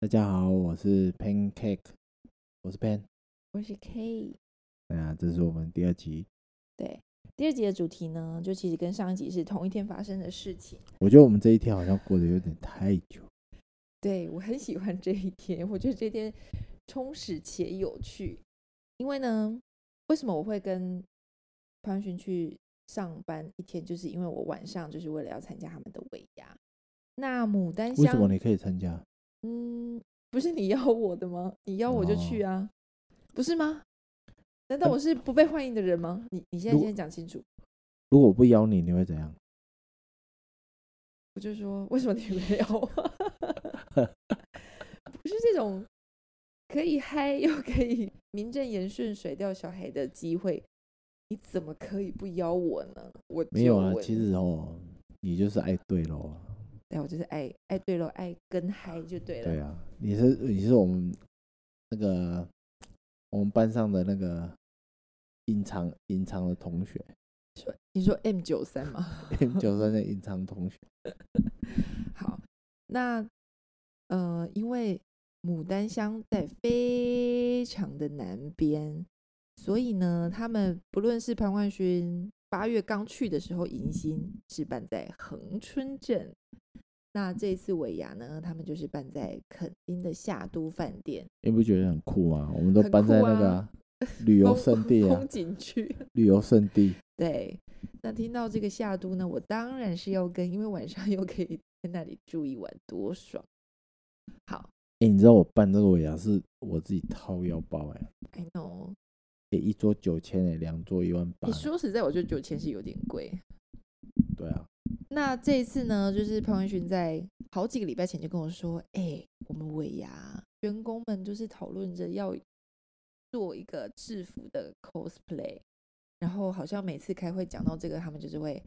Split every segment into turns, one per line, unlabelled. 大家好，我是 Pancake，我是 Pan。
我是 K。
哎呀，这是我们第二集。
对，第二集的主题呢，就其实跟上一集是同一天发生的事情。
我觉得我们这一天好像过得有点太久。
对我很喜欢这一天，我觉得这天充实且有趣。因为呢，为什么我会跟潘勋去上班一天，就是因为我晚上就是为了要参加他们的尾牙。那牡丹
为什么
香，
你可以参加？
嗯，不是你邀我的吗？你邀我就去
哦
啊，不是吗？难道
嗯
我是不被欢迎的人吗？你你现在
如果
先讲清楚。
如果我不邀你，你会怎样？
我就说为什么你没有？ 不是这种可以嗨又可以名正言顺甩掉小孩的机会，你怎么可以不邀我呢？我
没有
就
啊，
问
其，实哦，你就是爱对喽。
对，我就是爱爱对了，爱跟嗨就对了。
对啊，你是你是我们那个我们班上的那个隐藏隐藏的同 学
你说 M 九三吗？
，M 九三的隐藏同学。
好，那呃，因为牡丹乡在非常的南边，所以呢，他们不论是潘冠勋八月刚去的时候迎新是办在恒春镇，那这一次尾牙呢，他们就是办在垦丁的夏都饭店
你不觉得很酷吗？我们都
很
搬在
酷
那个
啊
啊、旅游
风
胜地啊
风，景区。
旅游胜地。
对，那听到这个夏都呢，我当然是要跟，因为晚上 又可以在那里住一晚，多爽！好
哎、你知道我办这个尾牙是我自己掏腰包哎、
，I know。
欸一桌九千哎，两桌一万八
你
欸。
说实在，我觉得九千是有点贵。
对啊，
那这一次呢，就是潘文勋在好几个礼拜前就跟我说：“哎、我们尾牙员工们就是讨论着要做一个制服的 cosplay，然后好像每次开会讲到这个，他们就是会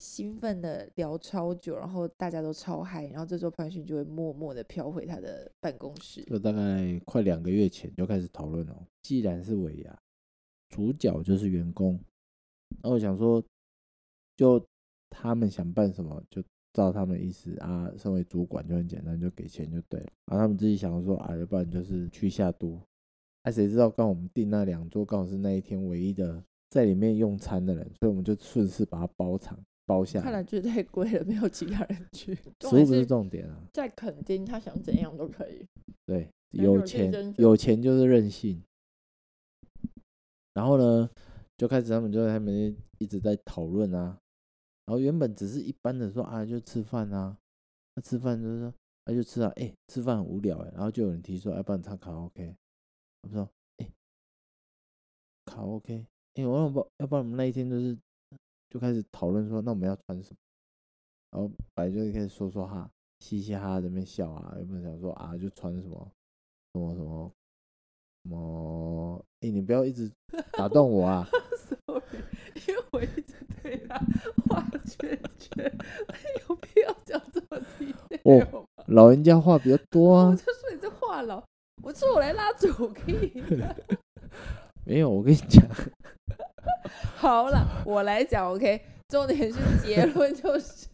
兴奋的聊超久，然后大家都超嗨，然后这时候潘文勋就会默默的飘回他的办公室。
就大概快两个月前就开始讨论了。哦既然是尾牙，主角就是员工，那我想说，就他们想办什么就照他们意思啊。身为主管就很简单，就给钱就对了。然后他们自己想说啊，要不然就是去下都。哎、谁知道刚好我们订那两桌刚好是那一天唯一的在里面用餐的人，所以我们就顺势把它包场包下
看来
来。
就是太贵了，没有其他人去。
食
重
物
点
不是
是
重点啊，
在垦丁，他想怎样都可以。
对，
那有
有
竞
钱
争
有钱就是任性。然后呢，就开始他们就在他们一直在讨论啊。然后原本只是一般的说啊，就吃饭啊，那、吃饭就是说啊就吃啊，哎、吃饭很无聊哎、然后就有人提说，要、不然唱卡拉 OK。我说，哎、卡拉 OK，哎、我要不要不然我们那一天就是就开始讨论说，那我们要穿什么？然后本来就开始说说哈，嘻嘻哈哈在那边笑啊，原本想说啊就穿什么什么什么什么，哎、你不要一直打断我 啊！
sorry，因为我一直对他画圈圈，哎有必要讲这么低调吗？
老人家话比较多
我
啊
就，说你这话痨，我说我来拉主 key 的。
没有，我跟你讲，
好了，我来讲 OK。重点是结论就是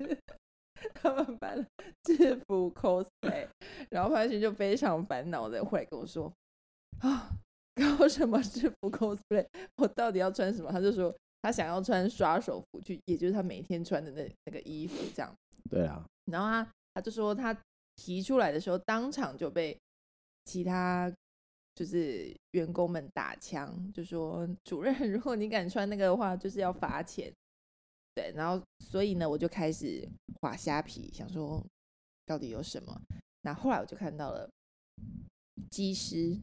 他们办了制服 cosplay，然后潘勋就非常烦恼的回来跟我说啊，搞什么制服 cosplay？我到底要穿什么？他就说他想要穿刷手服去，也就是他每天穿的那那个衣服这样。
对啊，
然后他他就说他提出来的时候，当场就被其他就是员工们打枪，就说主任，如果你敢穿那个的话，就是要罚钱。对，然后所以呢，我就开始划虾皮，想说到底有什么。那后来我就看到了机师、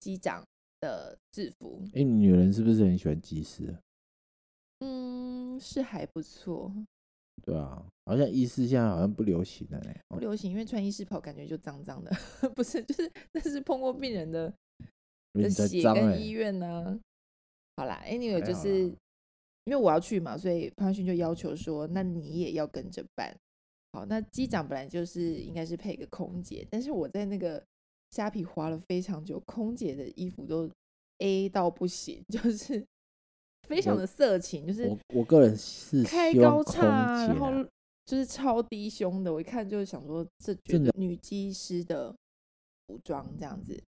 机长的制服，
哎、你女人是不是很喜欢技师？啊
嗯，是还不错，
对啊，好像医师现在好像不流行了呢、
不
哦
流行，因为穿医师袍感觉就脏脏的， 不是，就是那是碰过病人的
因为
的
你在
血
脏哎、
跟医院呢、好啦
还
，anyway，就
好
是
啦
因为我要去嘛，所以潘勋就要求说，那你也要跟着办。好，那机长本来就是应该是配个空姐，但是我在那个虾皮花了非常久，空姐的衣服都 A 到不行， 就是非常
我
的色情，就是
我我个人是
开
希望
高
空
叉啊，
姐
然后
啦
就是超低胸的，我一看就想说，这绝
真的
对女技师的服装这样子。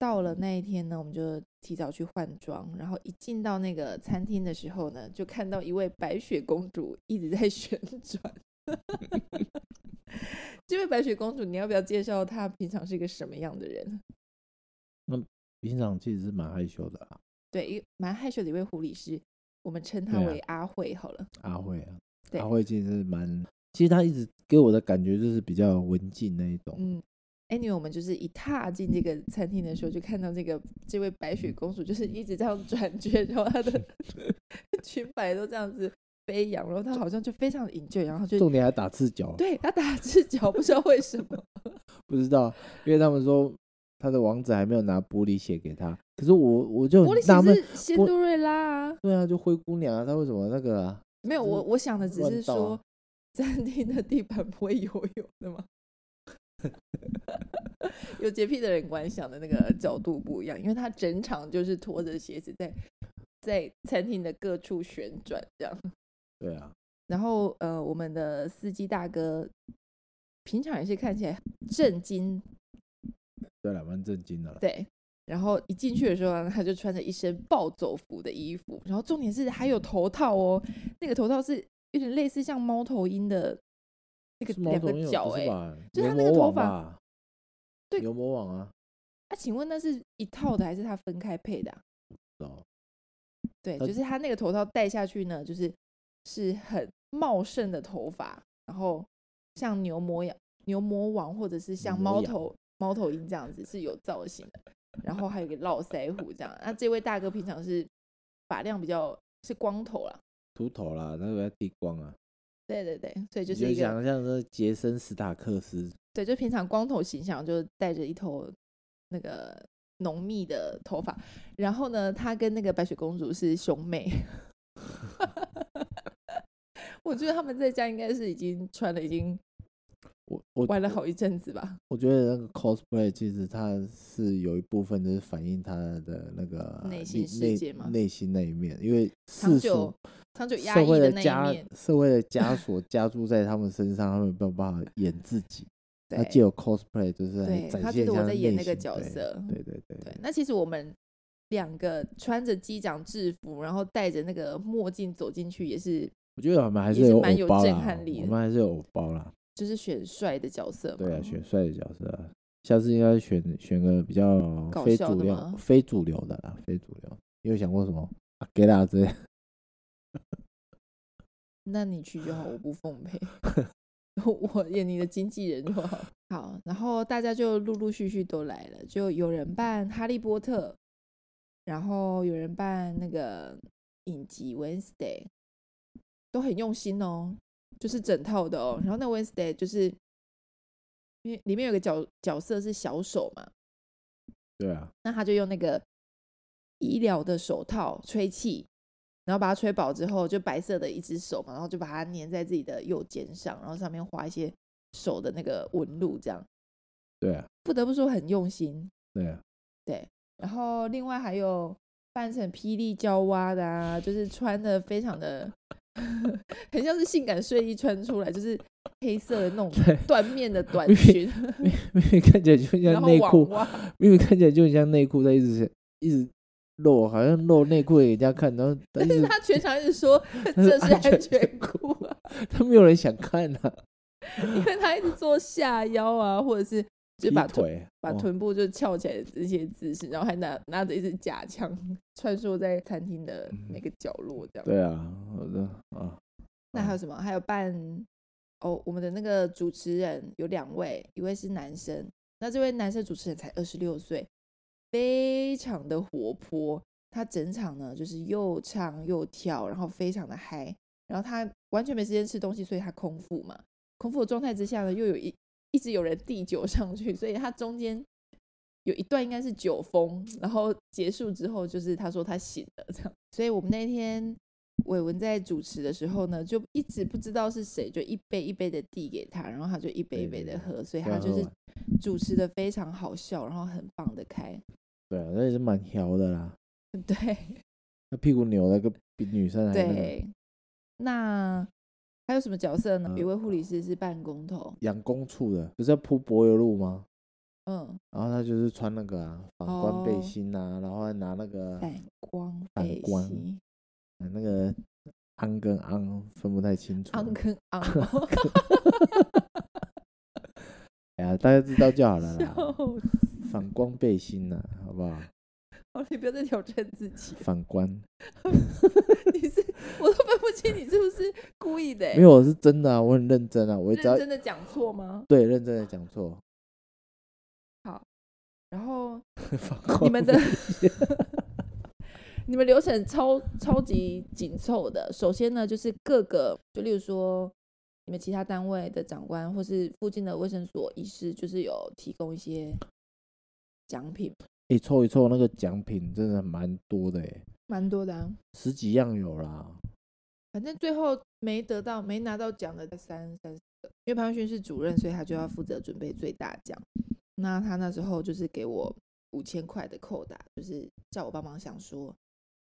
到了那一天呢，我们就提早去换装，然后一进到那个餐厅的时候呢，就看到一位白雪公主一直在 旋转。 这位白雪公主，你要不要介绍她平常是一个什么样的人？
平常其实是蛮害羞的啊，
对，一个蛮害羞的一位护理师，我们称她
对啊
为阿慧好了。
阿慧啊，
对
阿慧其实是蛮，其实她一直给我的感觉就是比较文静那一种，
嗯，anyway，我们就是一踏进这个餐厅的时候，就看到这个这位白雪公主就是一直这样转圈，然后她的裙摆都这样子飞扬，然后她好像就非常 enjoy，然后就
重点还打赤脚，
对她打赤脚，不知道为什么。
不知道，因为他们说他的王子还没有拿玻璃鞋给他，可是我我就
玻
很
璃
纳闷，
鞋是仙
玻
杜瑞拉啊，
对啊，就灰姑娘啊，她为什么那个啊？
没有
就是
我我想的只
乱
是
倒啊
说，餐厅的地板不会游泳的吗？ 有洁癖的人观想的那个角度不一样，因为他整场就是拖着鞋子在在餐厅的各处旋转这样。
对啊，
然后呃，我们的司机大哥平常也是看起来震惊，
对了，蛮震惊的了。
对。然后一进去的时候呢，他就穿着一身暴走服的衣服，然后重点是还有头套哦，那个头套是有点类似像猫头鹰的那个
是猫
两
头
个
鹰有
角
不
哎、
是吧？
就
牛
他那
魔
个头
王
发
吧
对
牛魔王啊，
那、请问那是一套的还是他分开配的啊、
哦，
对，
呃
就是他那个头套戴下去呢，就是是很茂盛的头发，然后像牛魔羊、牛魔王或者是像
牛
猫
魔羊
头猫头鹰这样子是有造型的，然后还有一个络腮胡这样。那这位大哥平常是发量比较是光头啦，
秃头啦，那个要剃光啊。
对对对，所以就
你
是一个
想象是杰森·斯塔克斯，
对，就平常光头形象，就戴着一头那个浓密的头发，然后呢，他跟那个白雪公主是兄妹。 我觉得他们在家应该是已经穿了，已经
我我
玩了好一阵子吧。
我觉得那个 cosplay 其实它是有一部分就是反映他的那个
内
里
心世
内
界吗
内心那一面，因为
长
世俗
久长久压
社
抑
会的
那一
枷
面，
社会的枷锁加注在他们身上，他们没有办法演自 己。他
对
借由 cosplay 就是来
对，
展
他
现
觉
一
得
下
我在演
内
那个
心
角
对
色。嗯
对对对
对，那其实我们两个穿着机长制服，然后戴着那个墨镜走进去，也是
我觉得我们还
也
是
是
有
蛮有
偶包
震
啦
撼力
我
的嗯
们还是有偶包啦。
就是选帅的角色嘛。
对啊，选帅的角色啊，下次应该选选个比较
搞
非
笑
主
的
流
吗、
非主流的啦，非主流。你有想过什么阿给啦之类的？
那你去就好， 我不奉陪，我演你的经纪人就好。好，然后大家就陆陆续续都来了，就有人扮哈利波特，然后有人扮那个影集 Wednesday，都很用心哦，就是整套的哦。然后那 Wednesday 就是因为里面有个角角色是小手嘛，
对啊，
那他就用那个医疗的手套吹气，然后把它吹饱之后，就白色的一只手嘛，然后就把它粘在自己的右肩上，然后上面画一些手的那个纹路，这样
对啊，
不得不说很用心。
对啊，
然后另外还有扮成霹雳娇娃的啊，就是穿的非常的 很像是性感睡衣穿出来，就是黑色的那种 缎面的短
明明
裙，
明明 看起来就
然
像
后
内
网
裤，
袜。
明明看起来就很像内裤在一直一直露，好像露内裤给人家看， 然后但
但是
是
他全场一直说
是
这是
安全
安全裤啊。
他没有人想看呐、啊，
因为他一直做下腰啊，或者是就
劈
把臀
腿
把
哦
臀部就翘起来的这些姿势，然后还拿拿着一支假枪穿梭在餐厅的每个角落这
嗯
样。
对啊，好的啊，
那还有
嗯
什么？还有扮哦，我们的那个主持人有两位，一位是男生，那这位男生主持人才二十六岁，非常的活泼。他整场呢就是又唱又跳，然后非常的嗨，然后他完全没时间吃东西，所以他空腹嘛。空腹的状态之下呢，又有一一直有人递酒上去，所以他中间有一段应该是酒疯，然后结束之后就是他说他醒了这样。所以我们那天伟文在主持的时候呢，就一直不知道是谁，就一杯一杯的递给他，然后他就一杯一杯的喝，所以
对
他
啊
就
喝
是
完
主持的非常好笑，然后很放得开。
对啊，那也是蛮调的啦，
对
那屁股扭的个比女生还那个
对，那还有什么角色呢？
嗯
有位护理师是办公头，
养工处的，不是要铺柏油路吗？
嗯，
然后他就是穿那个啊，反光
哦哎
背心啊，然后还拿那个
反光
反
背
光
心，
呃那个昂跟昂分不太清 楚。
昂哦跟昂，
哎呀，大家知道就好了
笑
啦。
死！
反光背心呐、好不好？
好你不要再挑战自己了，
反光
你是我都分不清你是不是故意的欸、
没有，我是真的啊，我很认真啊，我只要
认真的讲错吗？
对认真的讲错。
然后
反光
你们的你们流程超超级紧凑的。首先呢，就是各个，就例如说你们其他单位的长官或是附近的卫生所医师，就是有提供一些奖品，
一凑一凑那个奖品真的蛮多的诶，
蛮多的、啊。
十几样有啦。
反正最后没得到、没拿到奖的才三三四个，因为潘文勋是主任，所以他就要负责准备最大奖。那他那时候就是给我五千块的扣打，就是叫我帮忙想说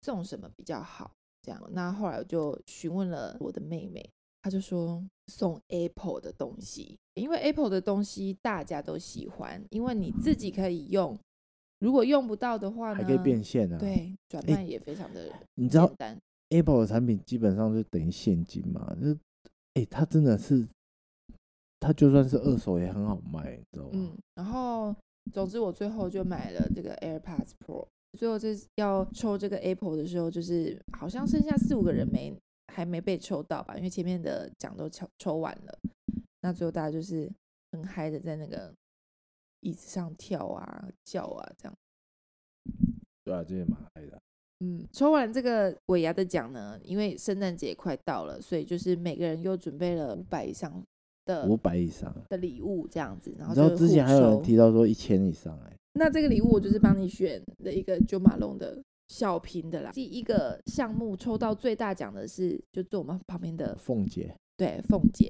送什么比较好。这样，那后来我就询问了我的妹妹，她就说送 Apple 的东西，因为 Apple 的东西大家都喜欢，因为你自己可以用，如果用不到的话呢，
还可以变现啊。，
对转
哎
卖也非常的
你知道
简单。
Apple 的产品基本上就等于现金嘛，就哎、它真的是，它就算是二手也很好卖，你知道吗？
嗯，然后
嗯
总之我最后就买了这个 AirPods Pro。最后这次要抽这个 Apple 的时候，就是好像剩下四五个人没还没被抽到吧，因为前面的奖都抽抽完了。那最后大家就是很嗨的在那个椅子上跳啊叫啊这样。
对啊，这也蛮嗨的。
嗯，抽完这个尾牙的奖呢，因为圣诞节快到了，所以就是每个人又准备了五百以上的
五百以上，
的礼物这样子，呃然
你
后
知道
就
之
互
前还有人
抽
提到说一千以上哎、
那这个礼物我就是帮你选的一个九马龙的小瓶的啦。第一个项目抽到最大奖的是，就坐我们旁边的
凤姐，
对凤姐，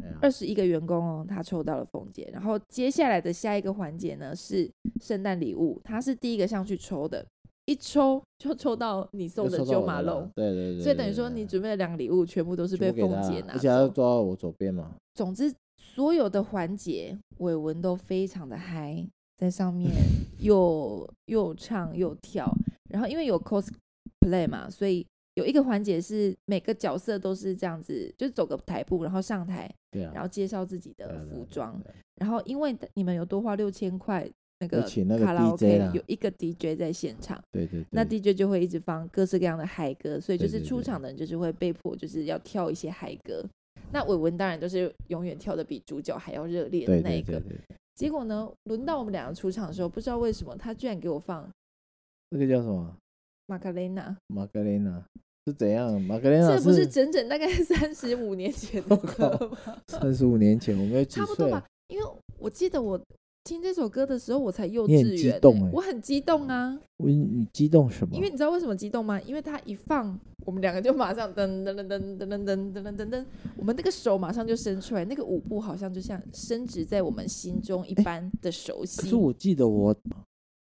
哎呀
二十一个员工哦，她抽到了凤姐。然后接下来的下一个环节呢是圣诞礼物，她是第一个上去抽的，一抽就抽到你送
就
的
抽到
九
我
马
的了
龙。
对对对
所以等于
对
说，
对
你准备了两个礼物，全部都是
全
被
部给
凤
他
姐拿
而且他就
走。
坐到我左边嘛，
总之，所有的环节伟文都非常的嗨，在 上面又又唱又跳，然后因为有 cosplay 嘛，所以有一个环节是每个角色都是这样子，就走个台步，然后上台，
对啊，
然后介绍自己
对啊
的
对啊
服
对啊
装，
对啊
然后因为你们有多花六千块。那个
请那个
卡拉
DJ 啦
OK 有一个 DJ 在现场，
对对对，
那 DJ 就会一直放各式各样的嗨歌，所以就
对
是
对
出
对
场的人就是会被迫就是要跳一些嗨歌。那伟文当然都是永远跳的比主角还要热烈的
对
那一
对
个。
对对，
结果呢，轮到我们两个出场的时候，不知道为什么他居然给我放
那个叫什么
玛卡雷娜，
玛格丽娜是怎样？玛格丽娜
这不是整整大概 三十五年前的歌吗？
三十五年前，我们有几
差不多
岁？啊
吧，因为我记得我听这首歌的时候，我才幼
你很
稚
激
园欸、
动欸
我很激动啊。
我你激动什么？
因为你知道为什么激动吗？因为他一放，我们两个就马上噔噔噔噔噔噔噔噔噔噔噔，我们那个手马上就伸出来，那个舞步好像就像伸直在我们心中一般的熟
哎可
悉。
是我记得我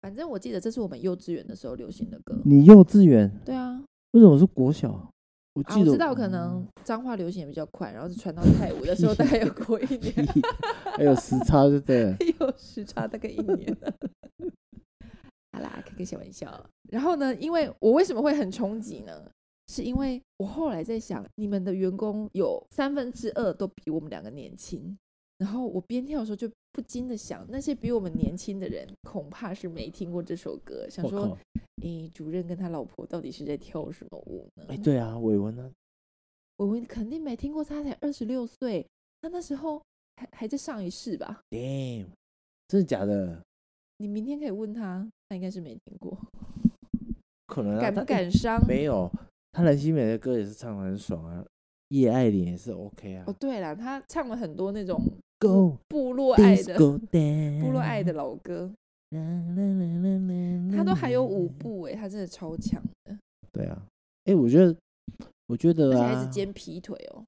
反正我记得这是我们幼稚园的时候流行的歌。
你幼稚园
对啊，
为什么是国小？我嗯
啊
记
我
得
知道可能脏话流行也比较快，然后传到泰舞 的时候大概有过一年，。
屁嗯 还有时差就对了
有时差大概一年。好啦，开个小玩笑。然后呢，因为我为什么会很冲击呢？是因为我后来在想，你们的员工有三分之二都比我们两个年轻。然后我边跳的时候就不禁的想，那些比我们年轻的人恐怕是没听过这首歌，想
我
说，
靠！
诶，主任跟他老婆到底是在跳什么舞呢？
哎，对啊，伟文呢？
我们肯定没听过，他才二十六岁，他那时候还还在上一世吧？
Damn，真的假的？
你明天可以问他，他应该是没听过，
可能啊
感不
他
感伤？
没有，他蓝心湄的歌也是唱的很爽啊，叶爱玲也是 OK 啊
哦，对了，他唱了很多那种
，Go
部落爱的
disco dance，
部落爱
嗯
的，老歌，
啦啦啦啦啦
他都还有舞
啦
步哎、他真的超强的，
对啊，哎、我觉得，我觉
而
得
且还一
啊
直，兼劈腿哦。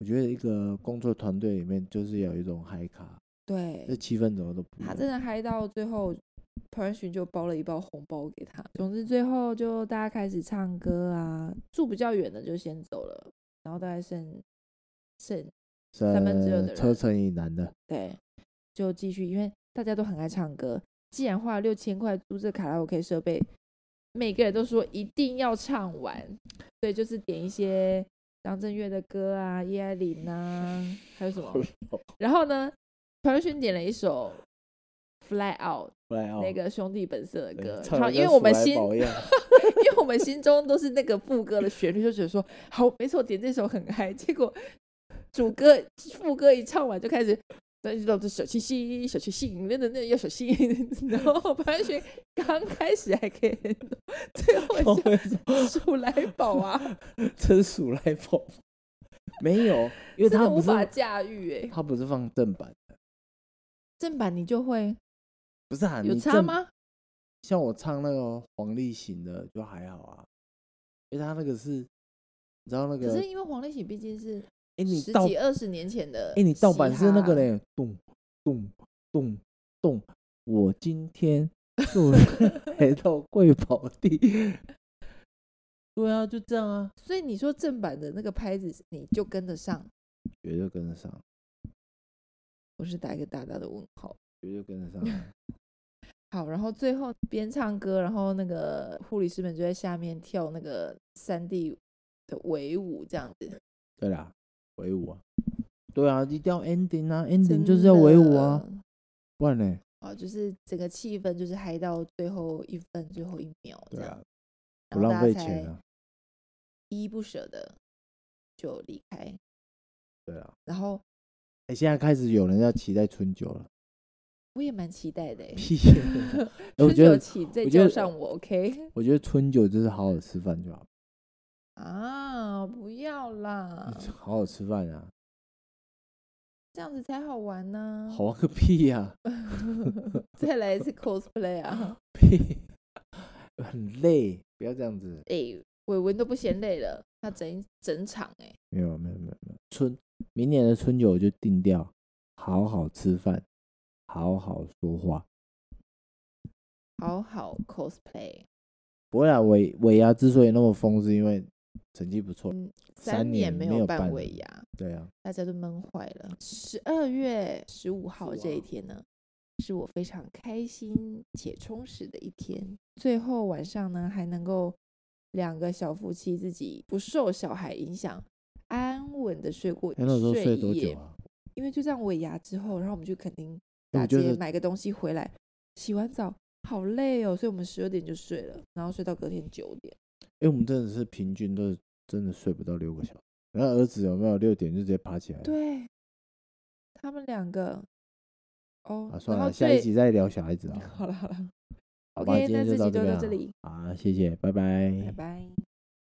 我觉得一个工作团队里面就是要有一种嗨卡，
对
这，气氛怎么都不一
他
样。
真的嗨到最后，彭仁勋就包了一包红包给他。总之最后就大家开始唱歌啊，住比较远的就先走了。然后大概剩剩
三
分之二的
呃车
人
程以南的，
对，就继续，因为大家都很爱唱歌。既然花了六千块租这卡拉 OK 设备，每个人都说一定要唱完，对，就是点一些张震岳的歌啊、叶爱玲啊，还有什么？然后呢，朴元勋点了一首《Fly Out》那
那
个兄弟本色的歌，
哦唱
然后
得
因为
跟
我
鼠
们
来
心
宝一 样
因为我们心中都是那个副歌的旋律，就觉得说好，没错，点这首很嗨。结果主歌副歌一唱完就开始，那就这小清新，小清新，那那那要小心。 然后潘安学刚开始还可以，最
都
后
会 说
像鼠来宝 啊，
这是鼠来宝， 没有，因为
真
他
的
不
无
是
法驾驭哎、
他不是放正版，
正版你就会
不是啊，
有
你
差
正？
吗？
像我唱那个黄立行的就还好啊，因为他那个是，你知道那
可
个，
是
哎、
因为黄立行毕竟是
你
十
盗，
几
哎、
二十年前的，
你盗版是那个，嘞，咚咚咚咚，我今天 就来到贵宝地，对啊，就这样啊，
所以你说正版的那个拍子你就跟得上，
绝对跟得上，
我是打一个大大的问号。
绝对跟得上啊，
好，然后最后边唱歌，然后那个护理师们就在下面跳那个三 D 的围舞，这样子。
对啦，唯舞啊，对啊，一定要 ending 啊，ending 就是要唯舞啊，
真的！
不然呢？
啊，就是整个气氛就是嗨到最后一分、最后一秒这
对
样，
啊，不
然后
浪
大家
费
才
钱啊，
依依不舍的就离开。
对啊，
然后
哎、现在开始有人要期待春酒了，
我也蛮期待的欸，
屁 耶哎我
春
觉
酒
得，
请再
我觉得
叫上我，OK？
我觉得春酒就是好好吃饭就好，
啊，不要 啦，
好好吃饭啊，
这样子才好玩呢、
好玩个屁呀、
再来一次 cosplay 啊！
屁，很累，不要这样子。
哎、伟文都不嫌
嗯
累了，他整一整场哎、
没有没有没有没有，春明年的春酒我就定掉，好好吃饭，好好说话。
好好 cosplay，
不会啊，尾尾牙之所以那么疯，是因为成绩不错。
嗯，
三
三
年
没
没有办
办
了
尾牙，
对啊，
大家都闷坏了。十二月十五号这一
15号
天呢，是我非常开心且充实的一天。最后晚上呢，还能够两个小夫妻自己不受小孩影响，安稳的睡过
哎那时候睡
睡
多
一
久
夜。
啊？
因为就这样尾牙之后，然后我们去垦丁
哎
大
我觉
街
得
买个东西回来，洗完澡好累哦，所以我们十二点就睡了，然后睡到隔天九点。
因为哎我们真的是平均都是真的睡不到六个小时。然后儿子有没有六点就直接爬起来了？
对，他们两个哦，
啊，算
然
了，
后
下一
最
集再聊小孩子啊。
好了好了
好吧
，OK，
今
那
天就
这集
到
就
这
到
边
这
啊嗯
里，
好，谢谢，拜拜
拜拜。